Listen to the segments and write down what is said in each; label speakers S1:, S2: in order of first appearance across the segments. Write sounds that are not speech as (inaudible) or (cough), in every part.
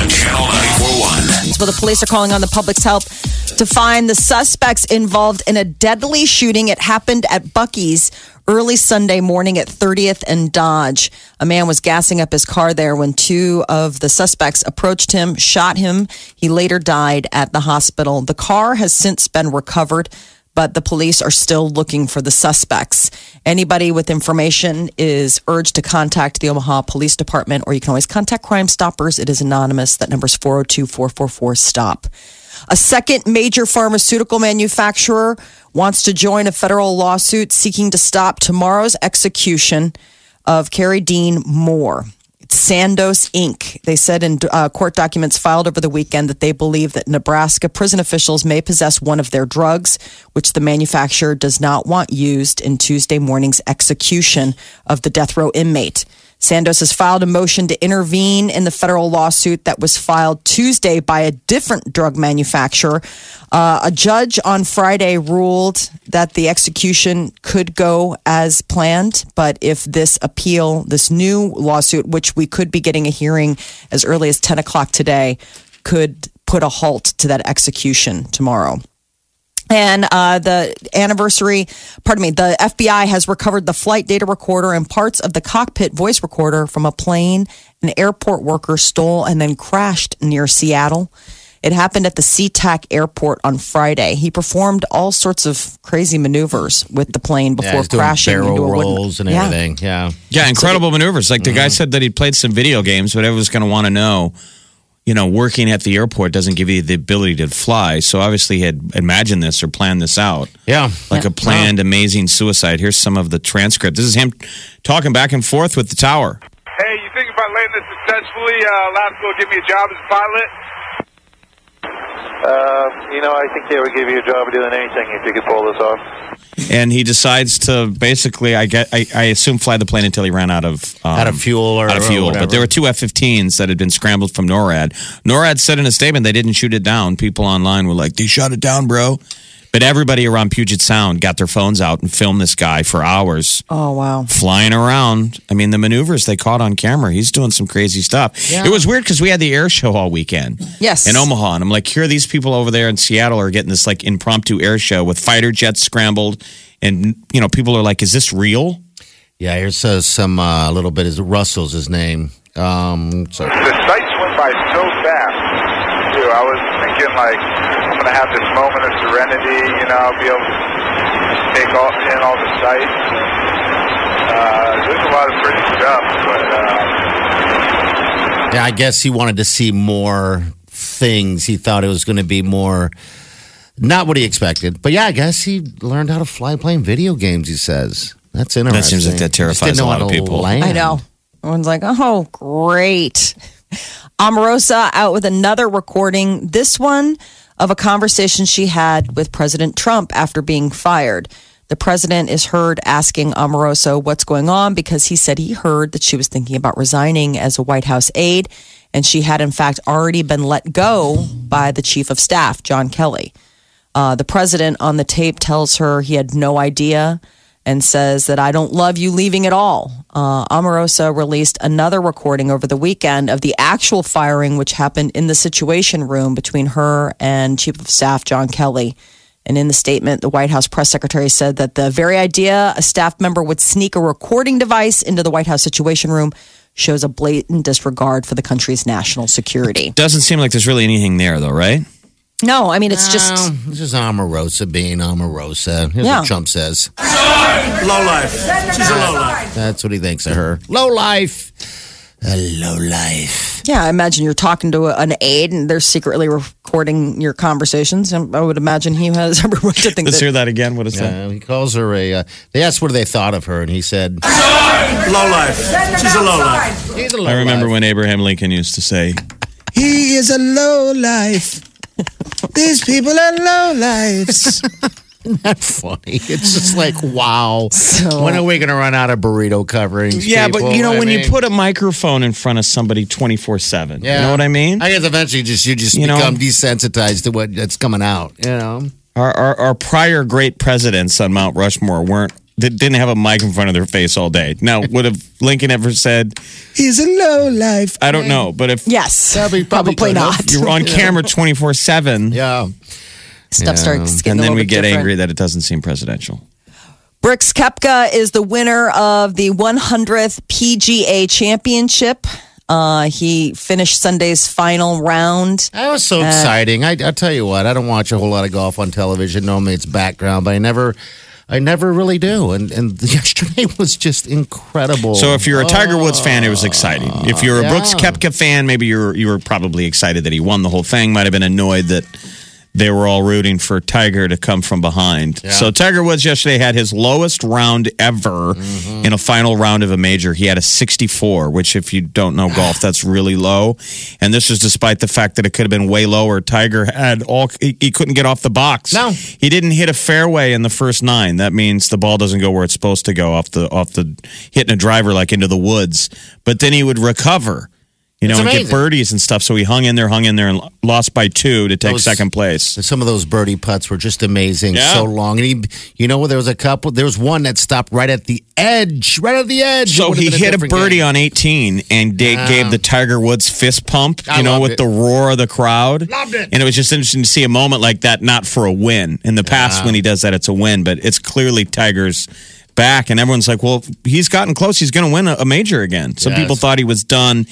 S1: on Channel 941.
S2: Well, the police are calling on the public's help to find the suspects involved in a deadly shooting. It happened at Bucky's early Sunday morning at 30th and Dodge. A man was gassing up his car there when two of the suspects approached him, shot him. He later died at the hospital. The car has since been recovered. But the police are still looking for the suspects. Anybody with information is urged to contact the Omaha Police Department, or you can always contact Crime Stoppers. It is anonymous. That oh number is 402 444 STOP. A second major pharmaceutical manufacturer wants to join a federal lawsuit seeking to stop tomorrow's execution of Carrie Dean Moore. Sandoz Inc. They said in uh, court documents filed over the weekend that they believe that Nebraska prison officials may possess one of their drugs, which the manufacturer does not want used in Tuesday morning's execution of the death row inmate. Sandoz has filed a motion to intervene in the federal lawsuit that was filed Tuesday by a different drug manufacturer. Uh, a judge on Friday ruled that the execution could go as planned, but if this appeal, this new lawsuit, which we could be getting a hearing as early as 10 o'clock today, could put a halt to that execution tomorrow. And uh, the anniversary, pardon me, the FBI has recovered the flight data recorder and parts of the cockpit voice recorder from a plane an airport worker stole and then crashed near Seattle. It happened at the SeaTac airport on Friday. He performed all sorts of crazy maneuvers with the plane
S3: Yeah,
S2: before
S3: he's doing
S2: crashing
S3: barrel
S2: into a wooden-
S3: rolls and
S2: Yeah.
S3: everything. Yeah.
S4: Yeah, incredible maneuvers. Like the
S3: Mm-hmm.
S4: guy said that he played some video games, but everyone's going to want to know. You know, working at the airport doesn't give you the ability to fly. So obviously, he had imagined this or planned this out,
S3: Yeah.
S4: like a planned amazing suicide. Here's some of the transcript. This is him talking back and forth with the tower.
S5: Hey, you think if I land this successfully, uh, Labs will give me a job as a pilot?
S6: Uh, you know, I think they would give you a job of doing anything if you could pull this off.
S4: And he decides to basically, I get, I, I assume, fly the plane until he ran out of um,
S3: Out of fuel or-
S4: out of
S3: or
S4: fuel.
S3: whatever.
S4: but there were two F-15s that had been scrambled from NORAD. NORAD said in a statement they didn't shoot it down. People online were like, "They shot it down, bro." But everybody around Puget Sound got their phones out and filmed this guy for hours
S2: Oh, wow.
S4: flying around. I mean, the maneuvers they caught on camera. He's doing some crazy stuff. It was weird because we had the air show all weekend.
S2: Yes.
S4: In Omaha. And I'm like, here are these people over there in Seattle are getting this like impromptu air show with fighter jets scrambled. And, you know, people are like, is this real?
S3: Yeah, here's uh, some uh, little bit. Is Russell's his name? Um, so
S5: The sights went by so fast, too. I was thinking, like, I'm going to have this moment of serenity, you know, I'll be able to take all, in all the sights. Uh, there's a lot of pretty stuff, but, uh,
S3: yeah, I guess he wanted to see more things. He thought it was going to be more, not what he expected. But yeah, I guess he learned how to fly playing video games. He says that's interesting.
S4: seems like that
S3: Just
S4: terrifies
S3: didn't
S4: a
S3: know
S4: lot
S3: how
S4: of
S3: to
S4: people.
S3: land.
S2: I know. Everyone's like, oh, great. Omarosa out with another recording, this one of a conversation she had with President Trump after being fired. The president is heard asking Omarosa what's going on because he said he heard that she was thinking about resigning as a White House aide, and she had, in fact, already been let go by the chief of staff, John Kelly. Uh, the president on the tape tells her he had no idea and says that I don't love you leaving at all. Uh, Omarosa released another recording over the weekend of the actual firing, which happened in the situation room between her and Chief of Staff John Kelly. And in the statement, the White House press secretary said that the very idea a staff member would sneak a recording device into the White House situation room shows a blatant disregard for the country's national security.
S4: Doesn't seem like there's really anything there, though, right?
S2: No, I mean, it's just.
S3: Oh, this is Omarosa being Omarosa.
S2: Um,
S3: Here's
S2: Yeah.
S3: what Trump says.
S7: Low life. She's a low life.
S3: That's what he thinks of her. Low life. Hello, life.
S2: Yeah, I imagine you're talking to a, an aide and they're secretly recording your conversations. And I would imagine he has (laughs) everyone to think
S4: Let's
S2: that.
S4: hear that again. What is that?
S3: Uh, he calls her a. Uh, they asked what they thought of her, and he said,
S7: Lowlife. She's a lowlife.
S3: She's a
S4: I remember
S3: lowlife."
S4: when Abraham Lincoln used to say,
S8: He is a low
S4: (laughs)
S8: life. These people are low lives.
S3: funny. It's just like, wow.
S2: So-
S3: when are we going to run out of burrito coverings?
S4: (laughs) Yeah, but
S3: people?
S4: you know,
S3: I
S4: when you
S3: mean-
S4: put a microphone in front of somebody 24 7,
S3: Yeah.
S4: you know what I mean?
S3: I guess eventually, just you just
S4: You know?
S3: become desensitized to what that's coming out. You know,
S4: our, our, our prior great presidents on Mount Rushmore weren't, they didn't have a mic in front of their face all day. Now, would have Lincoln ever said,
S8: He's a low life.
S4: I don't know, but if
S2: yes.
S3: That'd be probably
S2: probably
S3: good
S2: not.
S3: enough.
S4: you're
S2: (laughs)
S4: on camera 24 7,
S3: yeah.
S2: Stuff starts getting
S4: and
S2: a
S4: then
S2: little
S4: we
S2: bit
S4: get
S2: different.
S4: angry that it doesn't seem presidential.
S2: Brooks Kepka is the winner of the 100th PGA Championship. Uh, he finished Sunday's final round.
S3: That was so exciting. I, I tell you what, I don't watch a whole lot of golf on television. Normally, it's background, but I never, I never really do. And and (laughs) yesterday was just incredible.
S4: So if you're a Tiger Woods fan, it was exciting. If you're a Brooks Kepka fan, maybe you're you were probably excited that he won the whole thing. Might have been annoyed that they were all rooting for Tiger to come from behind. So Tiger Woods yesterday had his lowest round ever in a final round of a major. He had a 64, which if you don't know golf, that's really low. And this is despite the fact that it could have been way lower. Tiger had all he, he couldn't get off the box.
S3: No.
S4: He didn't hit a fairway in the first nine. That means the ball doesn't go where it's supposed to go off the off the hitting a driver like into the woods. But then he would recover, you know,
S3: It's
S4: and
S3: amazing.
S4: get birdies and stuff. So he hung in there, hung in there, and lo- lost by two to take
S3: Those-
S4: second place.
S3: Some of those birdie putts were just amazing.
S4: Yeah.
S3: So long, and he, you know, there was a couple. There was one that stopped right at the edge, right at the edge.
S4: So
S3: It would've
S4: he
S3: been
S4: hit a
S3: different
S4: birdie
S3: game.
S4: on 18 and da-
S3: Yeah.
S4: gave the Tiger Woods fist pump, you
S3: I
S4: know,
S3: loved
S4: with
S3: it.
S4: the roar of the crowd.
S3: Loved it.
S4: And it was just interesting to see a moment like that, not for a win. In the past,
S3: Ah.
S4: when he does that, it's a win, but it's clearly Tiger's back. And everyone's like, well, he's gotten close. He's going to win a, a major again. Some
S3: Yes.
S4: people thought he was done.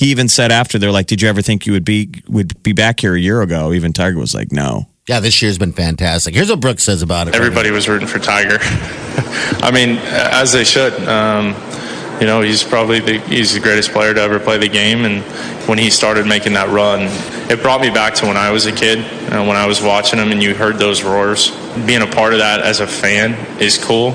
S4: He even said after, they're like, did you ever think you would be, would be back here a year ago? Even Tiger was like, no.
S3: Yeah, this year's been fantastic. Here's what Brooks says about it.
S9: Everybody was rooting for Tiger. (laughs) I mean, as they should. Um, you know, he's probably the, he's the greatest player to ever play the game, and when he started making that run, it brought me back to when I was a kid, uh, when I was watching him, and you heard those roars. Being a part of that as a fan is cool,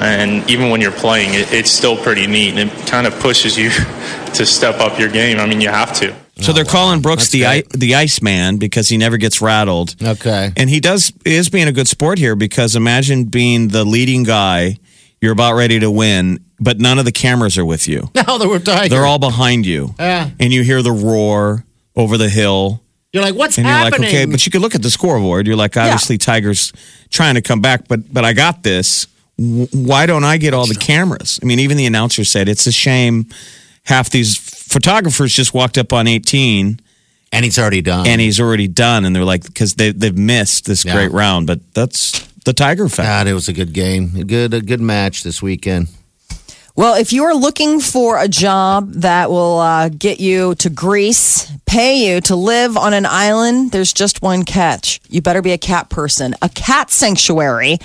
S9: and even when you're playing, it, it's still pretty neat, and it kind of pushes you (laughs) to step up your game. I mean, you have to.
S4: So they're calling Brooks
S3: Oh, That's
S4: the I,
S3: great.
S4: the Iceman because he never gets rattled.
S3: Okay.
S4: And he does is being a good sport here because imagine being the leading guy, you're about ready to win, but none of the cameras are with you.
S3: (laughs) Now that we're Tiger,
S4: They're all behind you.
S3: Yeah.
S4: And you hear the roar over the hill.
S3: You're like, what's
S4: And you're
S3: happening?
S4: like, okay, but you could look at the scoreboard. You're like, obviously Tiger's trying to come back, but but I got this. W- Why don't I get all the cameras? I mean, even the announcer said it's a shame half these photographers just walked up on 18
S3: and he's already done.
S4: and he's already done. And they're like, because they, they've missed this
S3: Yeah.
S4: great round, but that's the Tiger fact.
S2: Uh,
S3: God, it was a good game. A good, a good match this weekend.
S2: Well, if you are looking for a job that will uh, get you to Greece, pay you to live on an island, there's just one catch. You better be a cat person. A cat sanctuary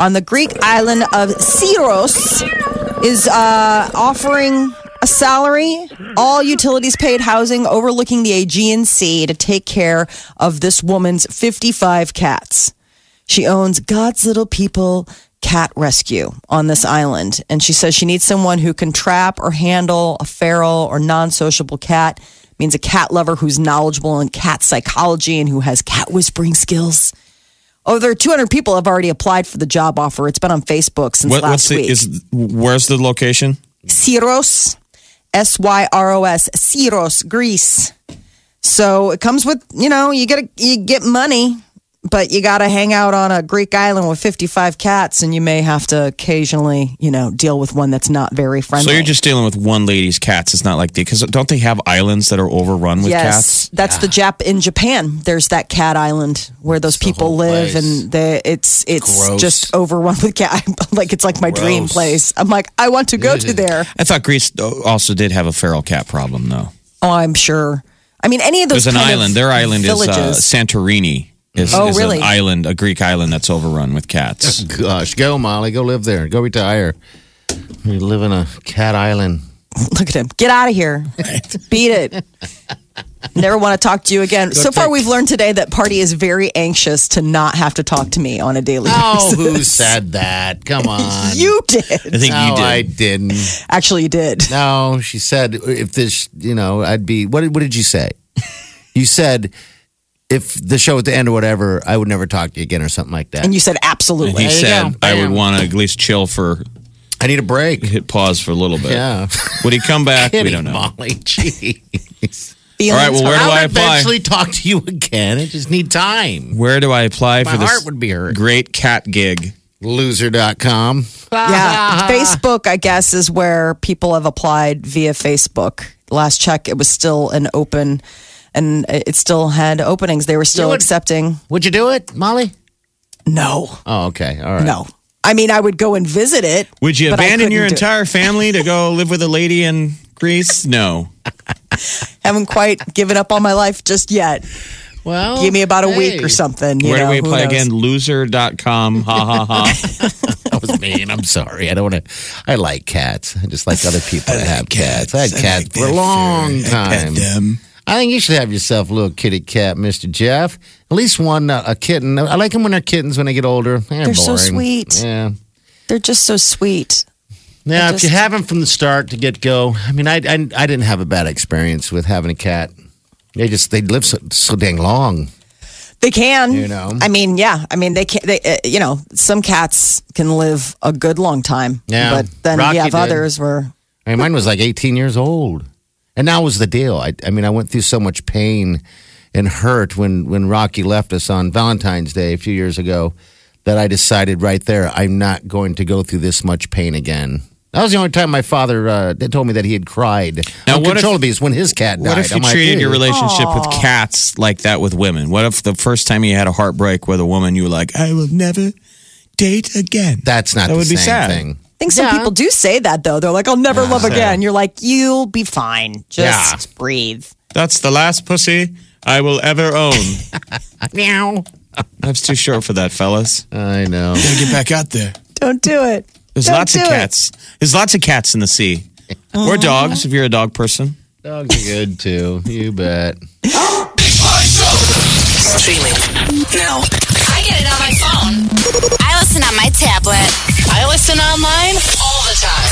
S2: on the Greek island of Syros is uh, offering a salary, all utilities paid housing overlooking the Aegean Sea to take care of this woman's 55 cats. She owns God's Little People Cat Rescue on this island. And she says she needs someone who can trap or handle a feral or non sociable cat. Means a cat lover who's knowledgeable in cat psychology and who has cat whispering skills. Oh, Over 200 people have already applied for the job offer. It's been on Facebook since
S4: What,
S2: last
S4: what's the
S2: week.
S4: is where's the location?
S2: Syros, S Y R O S, Syros, Greece. So it comes with you know you get a, you get money, but you got to hang out on a Greek island with fifty five cats, and you may have to occasionally you know deal with one that's not very friendly.
S4: So you're just dealing with one lady's cats. It's not like the because don't they have islands that are overrun with
S2: yes,
S4: cats?
S2: that's the Jap in Japan. There's that cat island where those people
S3: whole
S2: live,
S3: place.
S2: and they, it's it's
S3: Gross.
S2: just overrun with cat. (laughs) like it's like my dream
S3: Gross.
S2: place. I'm like I want to go to there.
S4: I thought Greece uh, also did have a feral cat problem though.
S2: Oh, I'm sure. I mean, any of those.
S4: There's an
S2: kind of
S4: island. Their island is uh,
S2: villages.
S4: Santorini. Is,
S2: Oh,
S4: is
S2: really?
S4: an island, a Greek island that's overrun with cats.
S3: uh,
S4: (laughs)
S3: Gosh, go Molly, go live there, go retire. You live in a cat island.
S2: Look at him. Get out of here. Beat it. Never want to talk to you again. so far, we've learned today that Party is very anxious to not have to talk to me on a daily
S3: Oh,
S2: basis.
S3: (laughs) who said that? Come on.
S2: You did.
S4: I think
S3: no,
S4: you did.
S3: I didn't.
S2: Actually, you did.
S3: No, she said, if this, you know, I'd be, what, did- what did you
S4: (laughs)
S3: say? You said, if the show at the end or whatever, I would never talk to you again or something like that.
S2: And you said,
S4: And
S2: absolutely.
S4: he
S3: There you
S4: said,
S3: go.
S4: I would
S3: Bam.
S4: want to at least chill for,
S3: I need a
S4: (laughs)
S3: break.
S4: hit pause for a little bit.
S3: Yeah. (laughs)
S4: Would he come back? we
S3: Kidding,
S4: don't know. (laughs)
S3: Molly. Jeez.
S2: Feelings
S4: All right, well, where do
S2: hurt.
S4: I
S3: I'll
S4: apply?
S3: eventually talk to you again. I just need time.
S4: Where do I apply
S3: My
S4: for
S3: heart
S4: this
S3: would be hurt.
S4: great cat gig?
S3: Loser.com.
S2: Yeah. Facebook, I guess, is where people have applied via Facebook. Last check, it was still an open and it still had openings. They were still
S3: You would-
S2: accepting.
S3: Would you do it, Molly?
S2: No,
S3: Oh, okay. All right.
S2: no. I mean, I would go and visit it.
S4: Would you
S2: but I
S4: abandon
S2: couldn't
S4: your
S2: do it.
S4: entire family
S2: (laughs)
S4: to go live with a lady in Greece? No.
S2: Haven't quite given up on my life just yet.
S3: Well,
S2: Give me about a week
S3: hey.
S2: or something. you
S4: Where
S2: know,
S4: do we
S2: who
S4: apply
S2: knows?
S4: again? Loser.com. Ha ha (laughs) ha.
S3: (laughs) That was mean. I'm sorry. I don't want to. I like cats. I just like other people that have cats. I had cats for a long time. I think you should have yourself a little kitty cat, Mr. Jeff. At least one, uh, a kitten. I like them when they're kittens when they get older. They're,
S2: They're so
S3: boring.
S2: sweet.
S3: Yeah.
S2: They're just so sweet.
S3: Now, if you
S2: just-
S3: have them from the start to get go, I mean, I, I, I didn't have a bad experience with having a cat. They just, they live so, so dang long.
S2: They can.
S3: You know.
S2: I mean, yeah. I mean, they can. They, uh, you know, some cats can live a good long time.
S3: Yeah.
S2: But then
S3: Rocky
S2: you have
S3: did.
S2: others where
S3: I mean, mine was like 18 years old. And that was the deal. I, I mean, I went through so much pain and hurt when, when Rocky left us on Valentine's Day a few years ago that I decided right there, I'm not going to go through this much pain again. That was the only time my father uh, that told me that he had cried
S4: Now, what if-
S3: uncontrollably is when his cat died.
S4: What if you
S3: I'm like,
S4: treated your
S3: "Ew."
S4: relationship with cats like that with women? What if the first time you had a heartbreak with a woman, you were like, I will never date again?
S3: That's not
S4: That
S3: the
S4: would be
S3: same
S4: sad.
S3: thing.
S2: I think some people do say that though. They're like, "I'll never love again." You're like, "You'll be fine. Just breathe."
S4: That's the last pussy I will ever own. (laughs)
S3: Meow.
S4: That's too short for that, fellas.
S3: I
S4: (laughs)
S3: know.
S4: Get back out there.
S2: Don't do it.
S4: There's
S2: Don't
S4: lots of
S2: do it.
S4: cats. There's lots of cats in the sea. Or dogs, if you're a dog person.
S3: Dogs are good too. You bet.
S10: Streaming now. I get it on my phone. I listen on my tablet. I listen online all the time.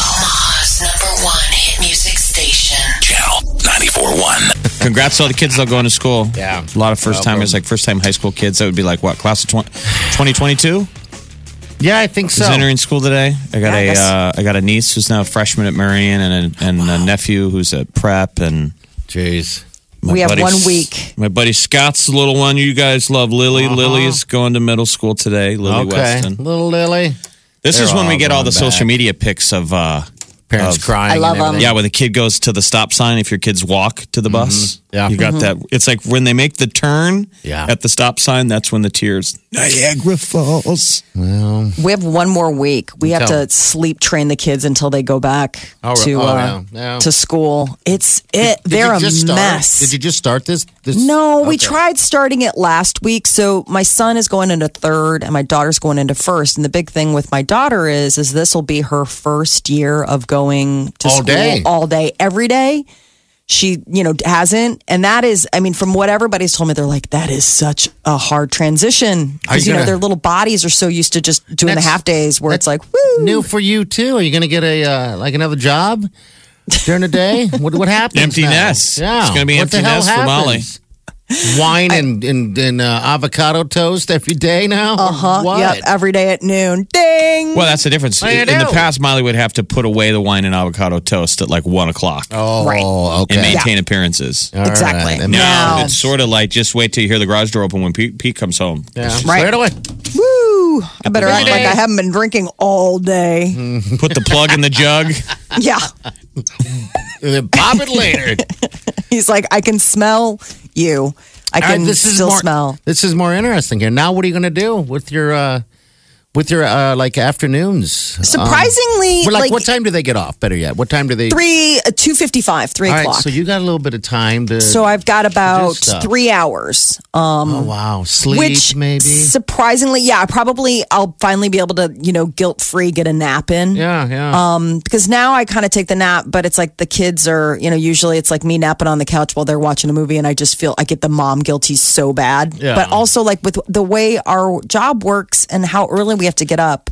S10: Omaha's number one hit music station.
S1: Channel 94.1.
S4: Congrats to all the kids that'll go into school.
S3: Yeah.
S4: A lot of first timers,
S3: Welcome.
S4: like first time high school kids. That would be like what, class of 20, 2022?
S3: Yeah, I think so.
S4: is entering school today. I got
S2: Yeah, I
S4: a
S2: guess-
S4: uh, I got a niece who's now a freshman at Marion, and a, and a nephew who's at prep. And
S3: Jeez.
S4: my
S2: We have
S4: buddy-
S2: one week.
S4: My buddy Scott's the little one. You guys love Lily. Lily's going to middle school today. Lily
S3: Uh-huh. Okay.
S4: Weston.
S3: Little Lily.
S4: This
S3: They're
S4: is when
S3: all
S4: we get all the
S3: going
S4: social
S3: back.
S4: media pics of. Uh,
S3: Parents
S4: Of-
S3: crying.
S2: I love
S3: and
S2: 'em.
S3: everything.
S4: yeah, where the kid goes to the stop sign if your kids walk to the bus.
S3: Mm-hmm. Yeah. Mm-hmm.
S4: You got that. It's like when they make the turn
S3: Yeah.
S4: at the stop sign, that's when the tears. Niagara Falls.
S3: Well,
S2: We have one more week. We have
S3: Tell
S2: to sleep train the kids until they go back
S3: Oh,
S2: to
S3: oh,
S2: uh,
S3: yeah, yeah.
S2: to school. It's it. Eh,
S3: Did
S2: they're
S3: you
S2: a
S3: just start?
S2: mess.
S3: Did you just start this? this?
S2: No, we
S3: Okay.
S2: tried starting it last week. So my son is going into third, and my daughter's going into first. And the big thing with my daughter is, is this will be her first year of going to
S3: All
S2: school
S3: day.
S2: all day, every day. She, you know, hasn't, and that is, I mean, from what everybody's told me, they're like, that is such a hard transition
S3: Are
S2: because
S3: you
S2: you, know
S3: gonna-
S2: their little bodies are so used to just doing the
S3: That's-
S2: half days where it's like,
S3: that's
S2: woo,
S3: New for you too. Are you going to get a uh, like another job during the
S2: (laughs)
S3: day? what what happens?
S4: Empty
S3: now?
S4: nest.
S3: Yeah,
S4: It's gonna be
S3: What the
S4: empty
S3: hell
S4: nest for Molly.
S3: happens? Wine and and, and uh, avocado toast every day now. Uh
S2: huh? Uh-huh. Yep, every day at noon, ding.
S4: Well, that's the difference.
S3: What do you
S4: In the
S3: do?
S4: past, Molly would have to put away the wine and avocado toast at like one o'clock
S3: Oh,
S2: Right.
S4: and
S3: okay.
S4: maintain appearances.
S3: All right.
S2: Exactly.
S3: And
S4: Now
S2: No.
S4: it's sort of like just wait till you hear the garage door open when Pete, Pete comes home.
S3: Yeah.
S2: Right.
S3: Right away.
S2: Woo! I better act like
S3: day.
S2: I haven't been drinking all day.
S4: (laughs) Put the plug in
S3: (laughs)
S4: the jug.
S3: Mm-hmm.
S2: Yeah.
S3: Uh, And then pop
S2: (laughs)
S3: it later.
S2: He's like, I can smell you. I
S3: All
S2: can
S3: right, this is
S2: still
S3: Um, more,
S2: smell.
S3: This is more interesting here. Now, what are you going to do with your uh, with your uh, like afternoons? Um,
S2: Surprisingly,
S3: we're like,
S2: like-
S3: what time do they get off? Better yet, what time do they?
S2: Three uh, two fifty five, three
S3: All right,
S2: o'clock.
S3: so you got a little bit of time to.
S2: So I've got about
S3: stuff.
S2: three hours. Um,
S3: oh wow, sleep
S2: which
S3: maybe.
S2: surprisingly, yeah, probably I'll finally be able to, you know, guilt free get a nap in.
S3: Yeah, yeah.
S2: Um, because now I kind of take the nap, but it's like the kids are, you know, usually it's like me napping on the couch while they're watching a movie, and I just feel I get the mom guilty so bad.
S3: Yeah.
S2: But also, like with the way our job works and how early we have to get up,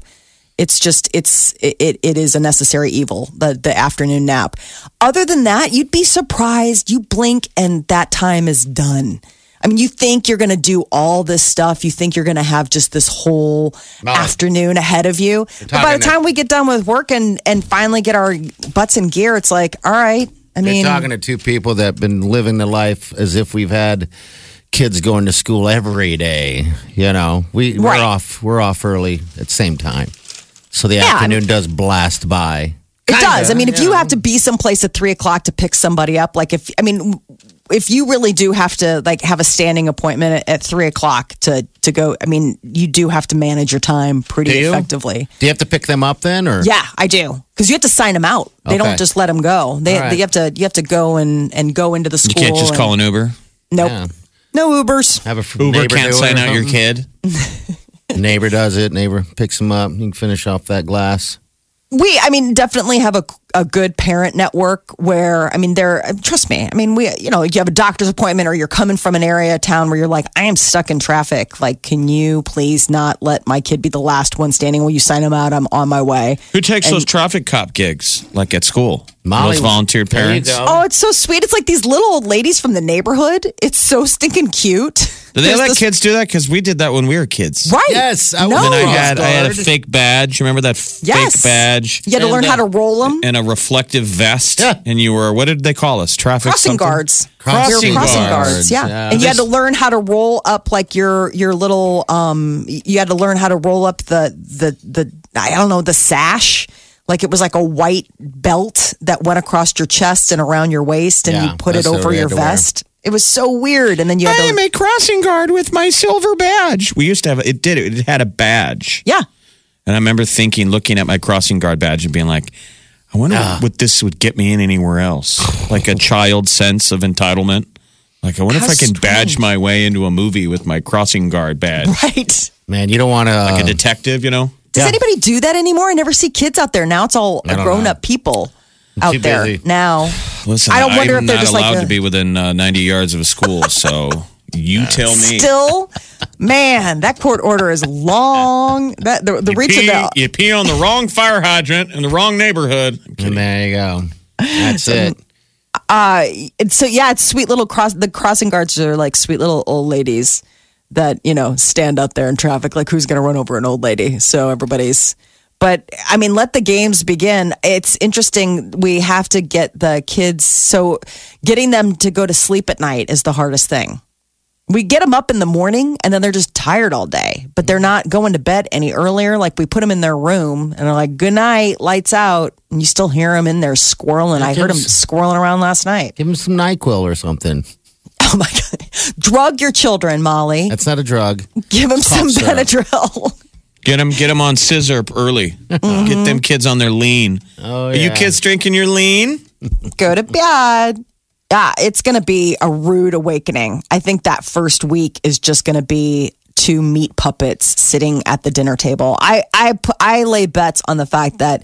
S2: it's just it's it it, it is a necessary evil the the afternoon nap. Other than that, you'd be surprised. You blink and that time is done. I mean, you think you're going to do all this stuff. You think you're going to have just this whole afternoon ahead of you. But by
S3: talking
S2: the time we get done with work and and finally get our butts in gear, it's like, all right. I mean,
S3: You're talking to two people that have been living the life as if we've had kids going to school every day. You know, we
S2: Right.
S3: we're off we're off early at the same time, so the
S2: Yeah, I
S3: afternoon does blast by.
S2: It
S3: Kinda,
S2: does. I mean, if you
S3: yeah.
S2: have to be someplace at three o'clock to pick somebody up, like if I mean, if you really do have to like have a standing appointment at, at three o'clock to to go, I mean, you do have to manage your time pretty
S3: Do you?
S2: effectively.
S3: Do you have to pick them up then, or
S2: Yeah, I do because you have to sign them out. They
S3: Okay.
S2: don't just let them go. They,
S3: All right.
S2: they have to you have to go and and go into the
S4: You
S2: school.
S4: can't just call an Uber.
S2: Nope.
S3: Yeah.
S2: No Ubers.
S3: Have a fr-
S4: Uber
S3: neighbor
S4: can't
S3: do it
S4: sign
S3: or
S4: out your
S3: something?
S4: kid.
S3: Neighbor does it. Neighbor picks them up. You can finish off that glass.
S2: we i mean definitely have a, a good parent network where i mean there trust me i mean we you know you have a doctor's appointment or you're coming from an area of town where you're like i am stuck in traffic like can you please not let my kid be the last one standing will you sign him out i'm on my way
S4: Who takes those traffic cop gigs like at school?
S3: Molly
S4: those
S3: was-
S4: volunteer
S3: there you
S4: parents.
S3: go.
S2: oh it's so sweet it's like these little old ladies from the neighborhood it's so stinking cute
S4: Do they
S2: There's
S4: let
S2: this-
S4: kids do that? Because we did that when we were kids.
S2: right
S3: Yes, I
S2: no
S3: was-
S4: And I
S3: Oh.
S4: had I had a
S3: Guard.
S4: fake badge. You Remember that
S2: Yes.
S4: fake badge?
S2: you had to learn how to roll them
S4: And a reflective vest.
S3: Yeah.
S4: And you were what did they call us? Traffic
S2: crossing
S4: something?
S2: guards.
S3: Crossing
S2: We were crossing
S3: guards.
S2: guards. Yeah.
S3: Yeah.
S2: and you had to learn how to roll up like your your little um. You had to learn how to roll up the the the I don't know the sash. Like it was like a white belt that went across your chest and around your waist, and
S3: Yeah,
S2: you put it
S3: that's what
S2: over
S3: we
S2: your
S3: had to wear.
S2: vest. It was so weird, and then you
S4: I
S2: had to
S4: am a crossing guard with my silver badge. We used to have it did it, it had a badge.
S2: yeah.
S4: And I remember thinking, looking at my crossing guard badge and being like, I wonder
S2: Ah.
S4: what this would get me in
S2: (sighs)
S4: anywhere else. Like a child sense of entitlement. Like I wonder
S2: How
S4: if I can
S2: strange.
S4: badge my way into a movie with my crossing guard badge.
S2: Right.
S3: Man, you don't want to. oh,
S4: Like a detective, you know?
S2: Does anybody do that anymore? I never see kids out there now. It's all
S3: I don't
S2: grown
S3: know.
S2: up people out
S3: too
S2: there
S3: busy.
S2: now.
S4: Listen,
S2: I don't wonder
S4: am
S2: if they're
S4: not
S2: just like
S4: allowed
S2: a-
S4: to be within uh, 90 yards of a school, so you tell me.
S2: Still, man, that court order is long. That the, the
S4: you,
S2: reach of
S4: pee,
S2: the
S4: you pee on the wrong fire hydrant in the wrong neighborhood.
S3: and there you go.
S2: (laughs)
S3: That's it.
S2: And so yeah, uh, it's sweet little cross. The crossing guards are like sweet little old ladies that you know stand out there in traffic. Like who's going to run over an old lady? So everybody's. But I mean, let the games begin. It's interesting. We have to get the kids. So getting them to go to sleep at night is the hardest thing. We get them up in the morning and then they're just tired all day, but they're not going to bed any earlier. Like we put them in their room and they're like, good night, lights out. And you still hear them in there squirreling. I heard them squirreling around last night. (laughs)
S3: Give them some Nyquil or something.
S2: Oh my God. Drug your children, Molly.
S3: That's not a drug.
S2: Give them some
S3: syrup.
S2: Benadryl.
S4: Get them, get them on scissor early. Get them kids on their lean.
S3: Oh,
S4: Are you
S3: yeah.
S4: kids drinking your lean?
S2: Go to bed. Yeah, it's going to be a rude awakening. I think that first week is just going to be two meat puppets sitting at the dinner table. I, I, pu- I lay bets on the fact that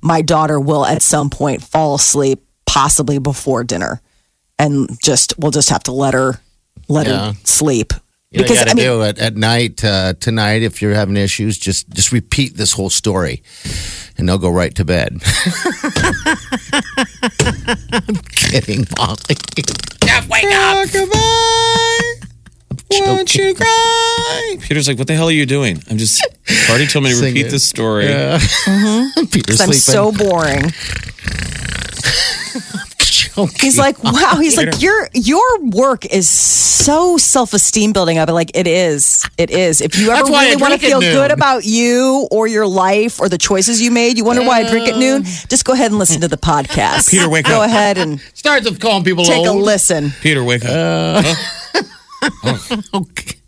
S2: my daughter will at some point fall asleep, possibly before dinner. And just, we'll just have to let her, let her
S3: Yeah.
S2: sleep.
S3: You know, you gotta do it at night uh, tonight if you're having issues. Just just repeat this whole story, and they'll go right to bed. (laughs) I'm kidding, Molly. (laughs) Jeff, wake up!
S4: Won't you cry? Peter's like, what the hell are you doing? I'm just, Party told me to
S3: Sing
S4: repeat
S3: it.
S4: this story.
S3: Peter's
S2: I'm
S3: sleeping.
S2: so boring.
S3: (laughs)
S2: He's like, wow. He's
S3: (laughs)
S2: like, your your work is so self esteem building. I'll be like, it is, it is. If you ever
S3: That's why I
S2: really want to
S3: drink
S2: feel
S3: at
S2: good
S3: noon.
S2: about you or your life or the choices you made, you wonder why I drink at
S3: Uh.
S2: noon. Just go ahead and listen to the podcast.
S4: Peter, wake
S2: go
S4: up.
S2: ahead and
S3: starts with calling people
S2: take a
S3: old.
S2: listen.
S4: Peter, wake up.
S3: Okay.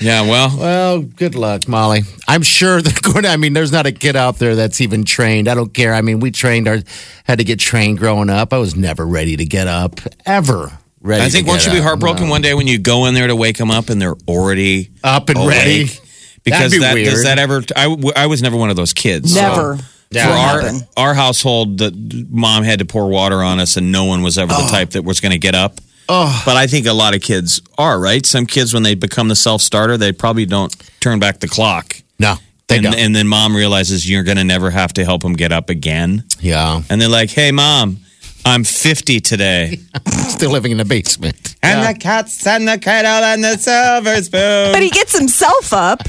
S4: Yeah, well.
S3: Well, good luck, Molly. I'm sure (laughs) they're going to, I mean, there's not a kid out there that's even trained. I don't care. I mean, we trained our, had to get trained growing up. I was never ready to get up, ever ready
S4: I think
S3: to
S4: won't
S3: get
S4: you be
S3: up.
S4: heartbroken
S3: No.
S4: one day when you go in there to wake them up and they're already
S3: Up and
S4: awake?
S3: ready. That'd
S4: Because
S3: be
S4: that does
S3: weird.
S4: that ever? I, w- I was never one of those kids. so-
S2: Never.
S4: For
S3: That would
S4: our
S3: happen.
S4: our household, the mom had to pour water on us, and no one was ever the type that was going to get up.
S3: Oh.
S4: But I think a lot of kids are right. Some kids, when they become the self starter, they probably don't turn back the clock.
S3: No, they
S4: And,
S3: don't.
S4: and then mom realizes you're going to never have to help them get up again.
S3: yeah.
S4: And they're like, "Hey, mom, I'm
S3: (laughs)
S4: 50 today."
S3: Still living in the basement.
S4: And the cats and the kettle and the silver spoon.
S2: But he gets himself up.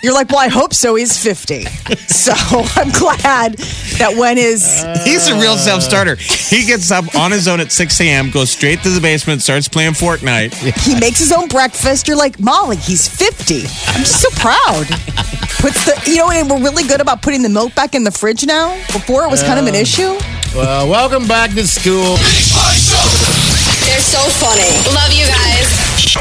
S2: You're like, well, I hope so. He's 50. So (laughs) I'm glad that when his
S4: He's a real self starter. He gets up on his own at 6 a.m., goes straight to the basement, starts playing Fortnite.
S2: he makes his own breakfast, you're like, Molly, he's 50. I'm just so proud. Puts the, you know, and we're really good about putting the milk back in the fridge now. Before it was kind of an issue.
S3: Well, welcome back to school.
S10: They're so funny. Love you guys.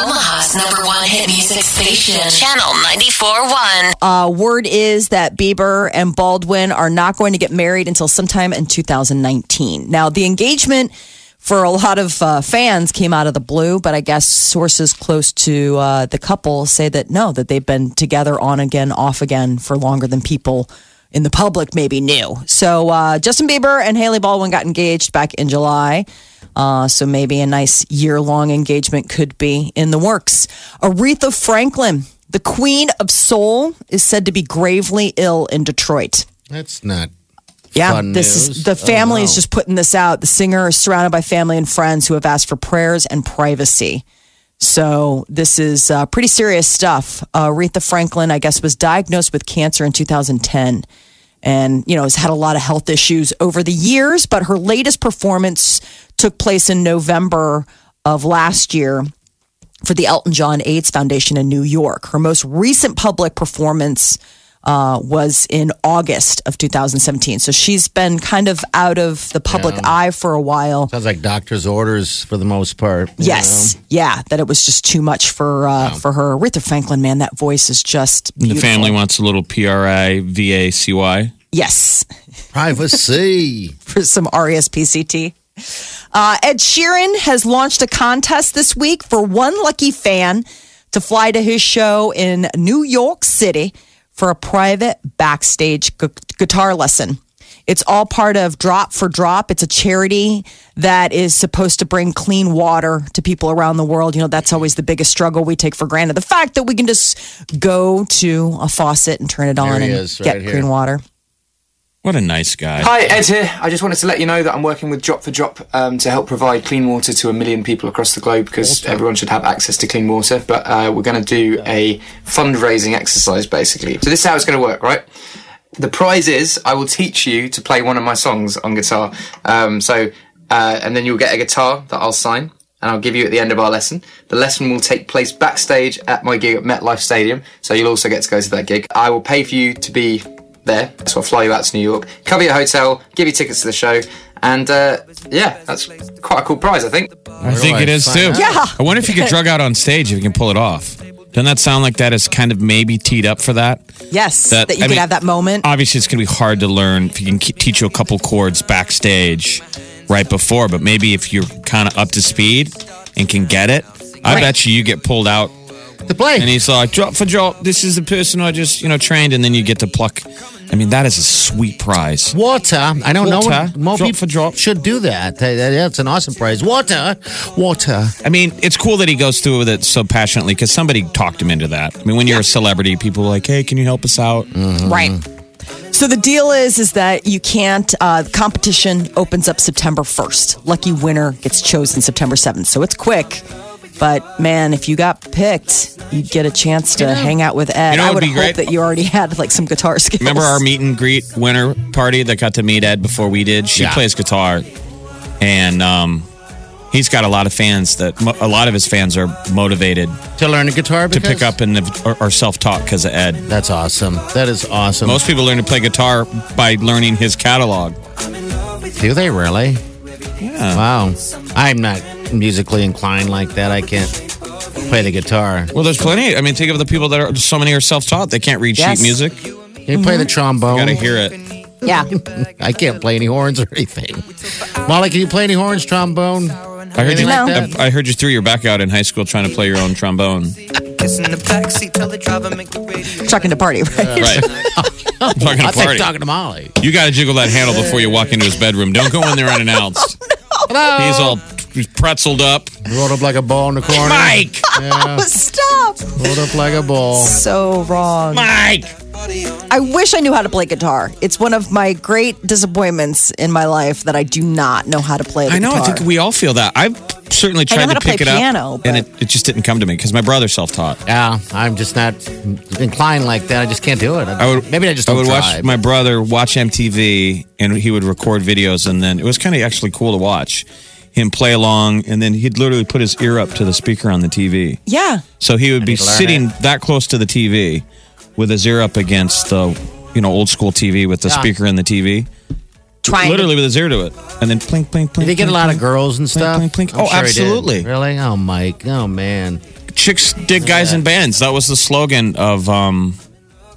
S10: Omaha's number one hit music station, Channel 94.1.
S2: Uh, word is that Bieber and Baldwin are not going to get married until sometime in 2019. Now, the engagement for a lot of uh, fans came out of the blue, but I guess sources close to uh, the couple say that no, that they've been together on again, off again for longer than people in the public maybe knew. So uh, Justin Bieber and Haley Baldwin got engaged back in July. Uh, so maybe a nice year long engagement could be in the works. Aretha Franklin, the queen of soul, is said to be gravely ill in Detroit.
S3: That's not
S2: Yeah,
S3: fun
S2: this
S3: news.
S2: is the
S3: Oh,
S2: family
S3: no.
S2: is just putting this out. The singer is surrounded by family and friends who have asked for prayers and privacy. So this is uh, pretty serious stuff. Uh, Aretha Franklin, I guess, was diagnosed with cancer in 2010, and you know has had a lot of health issues over the years. But her latest performance took place in November of last year for the Elton John AIDS Foundation in New York. Her most recent public performance uh, was in August of 2017. So she's been kind of out of the public eye for a while.
S3: Sounds like doctor's orders for the most part. you
S2: Yes, yeah, that it was just too much for uh, for her. Aretha Franklin, man, that voice is just
S4: (laughs) The
S2: beautiful.
S4: family wants a little P R I V A C Y.
S2: Yes,
S3: know? Privacy.
S2: for some E RESPCT. Uh, Ed Sheeran has launched a contest this week for one lucky fan to fly to his show in New York City for a private backstage gu- guitar lesson. It's all part of Drop for Drop. It's a charity that is supposed to bring clean water to people around the world. You know, that's always the biggest struggle we take for granted. The fact that we can just go to a faucet and turn it on
S3: he
S2: and
S3: is,
S2: get
S3: right here.
S2: clean water.
S4: What a nice guy.
S11: Hi, Ed here. I just wanted to let you know that I'm working with Drop for Drop um, to help provide clean water to a million people across the globe because everyone should have access to clean water. But uh, we're going to do a fundraising exercise basically. So, this is how it's going to work, right? The prize is I will teach you to play one of my songs on guitar. Um, so, uh, and then you'll get a guitar that I'll sign and I'll give you at the end of our lesson. The lesson will take place backstage at my gig at MetLife Stadium. So, you'll also get to go to that gig. I will pay for you to be there. So I'll fly you out to New York, cover your hotel, give you tickets to the show, and uh, yeah, that's quite a cool prize, I think.
S4: I think it is too.
S2: Yeah.
S4: I wonder if you get drug out on stage if you can pull it off. Doesn't that sound like that is kind of maybe teed up for that?
S2: Yes, that,
S4: That-
S2: you
S4: I
S2: could
S4: mean-
S2: have that moment.
S4: Obviously, it's going to be hard to learn if you can ke- teach you a couple chords backstage right before, but maybe if you're kind of up to speed and can get it, I bet you you get pulled out
S3: To play.
S4: And he's like, drop for drop, this is the person I just, you know, trained. And then you get to pluck. I mean, that is a sweet prize.
S3: Water. I don't know.
S4: Water.
S3: what- More
S4: Drop
S3: people
S4: for drop.
S3: should do that. Hey, that- That's an awesome prize. Water. Water.
S4: I mean, it's cool that he goes through with it so passionately because somebody talked him into that. I mean, when you're a celebrity, people are like, hey, can you help us out?
S3: Mm.
S2: Right. So the deal is, is that you can't. Uh, the competition opens up September first. Lucky winner gets chosen September seventh. So it's quick. But man, if you got picked, you'd get a chance to hang out with Ed.
S4: You know
S2: I
S4: what
S2: would
S4: would be
S2: hope
S4: great?
S2: that you already had like some guitar skills.
S4: Remember our meet and greet winner party that got to meet Ed before we did? She
S3: Yeah.
S4: plays guitar. And um, he's got a lot of fans that, mo- a lot of his fans are motivated
S3: To learn a guitar.
S4: to pick
S3: because-
S4: up and have- are- are self taught because of Ed.
S3: That's awesome. That is awesome.
S4: Most people learn to play guitar by learning his catalog.
S3: do they really?
S4: Yeah.
S3: Wow. I'm not musically inclined like that. I can't. play the guitar.
S4: Well, there's plenty. I mean, think of the people that are so many are self-taught. They can't read
S3: Yes.
S4: sheet music.
S3: You play the trombone.
S4: Mm-hmm. You gotta hear it.
S2: (laughs) Yeah.
S3: (laughs) I can't play any horns or anything. Molly, can you play any horns, trombone?
S4: I heard you.
S3: Anything like that?
S4: I I heard you threw your back out in high school trying to play your own trombone.
S2: Talking to party, (laughs) right?
S4: Right. I'm talking to
S3: I think
S4: party.
S3: talking to Molly.
S4: You got to jiggle that handle before you walk into his bedroom. Don't go in there
S2: (laughs)
S4: unannounced.
S2: Oh.
S4: He's all pretzeled up.
S3: Rolled up like a ball in the corner.
S4: Mike!
S3: Yeah.
S2: Oh, Stop.
S3: Rolled up like a ball.
S2: So wrong.
S4: Mike!
S2: I wish I knew how to play guitar. It's one of my great disappointments in my life that I do not know how to play the
S4: I know.
S2: guitar.
S4: I think we all feel that. I've certainly
S2: I know how
S4: tried to
S2: to play
S4: pick it
S2: piano,
S4: up, and it, it just didn't come to me because my brother self-taught.
S3: Yeah, I'm just not inclined like that. I just can't do it. I would, Maybe I just
S4: I
S3: don't
S4: would
S3: try.
S4: watch my brother watch MTV, and he would record videos, and then it was kind of actually cool to watch him play along, and then he'd literally put his ear up to the speaker on the TV.
S2: yeah.
S4: So he would be
S3: need to learn
S4: sitting that close to the TV with his ear up against the you know old school TV with the
S3: Yeah.
S4: speaker in the TV,
S2: Trying
S4: literally with his ear to it, and then plink plink plink.
S3: Did he get a
S4: plink,
S3: lot of
S4: plink.
S3: girls and stuff?
S4: plink, plink.
S3: I'm
S4: Oh,
S3: he did.
S4: absolutely.
S3: Really? Oh, Mike. Oh, man.
S4: chicks dig guys in bands. That was the slogan of um,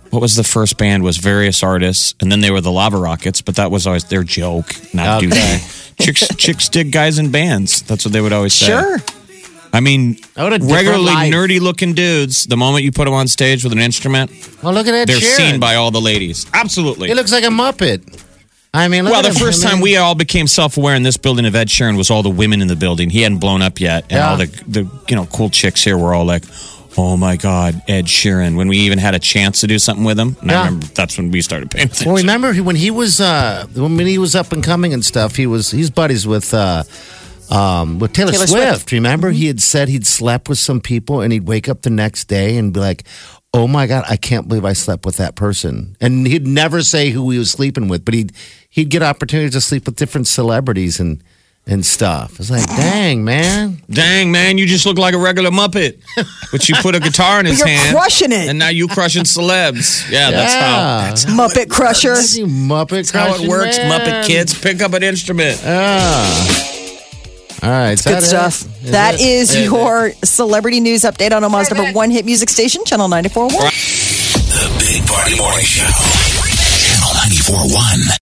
S4: what was the first band was various artists, and then they were the Lava Rockets, but that was always their joke, not
S3: Okay.
S4: duty. Chicks
S3: (laughs)
S4: chicks dig guys in bands. That's what they would always say.
S2: Sure.
S4: I mean,
S3: What a different
S4: regularly
S3: life.
S4: nerdy looking dudes. The moment you put them on stage with an instrument,
S3: Well, look at that.
S4: they're
S3: Sharon.
S4: seen by all the ladies. Absolutely.
S3: He looks like a Muppet. I mean, look
S4: Well,
S3: at him.
S4: the first
S3: I mean-
S4: time we all became self-aware in this building of Ed Sheeran was all the women in the building. He hadn't blown up yet, and
S3: Yeah.
S4: all the the you know cool chicks here were all like, "Oh my God, Ed Sheeran!" When we even had a chance to do something with him, and
S3: Yeah.
S4: I remember that's when we started paying attention.
S3: (laughs) Well, remember he- when he was uh, when he was up and coming and stuff. He was he's buddies with uh, um, with Taylor,
S2: Taylor
S3: Swift.
S2: Swift. Mm-hmm.
S3: Remember he had said he'd slept with some people and he'd wake up the next day and be like, "Oh my god, I can't believe I slept with that person." And he'd never say who he was sleeping with, but he'd he'd get opportunities to sleep with different celebrities and and stuff. It's like, dang man,
S4: Dang man, you just look like a regular Muppet, but you put a guitar in his
S2: you're
S4: hand,
S2: crushing it.
S4: and now you crushing celebs. Yeah, that's how.
S3: that's
S2: Muppet Crusher.
S3: you Muppet.
S4: That's how it
S3: crushing
S4: works,
S3: man.
S4: Muppet kids. Pick up an instrument.
S3: All right, is
S2: Good
S3: that it?
S2: stuff.
S3: Is
S2: That
S3: it?
S2: is
S3: Yeah,
S2: your celebrity news update on Omaha's number one hit music station, Channel 941.
S1: The Big Party Morning Show. Channel 941.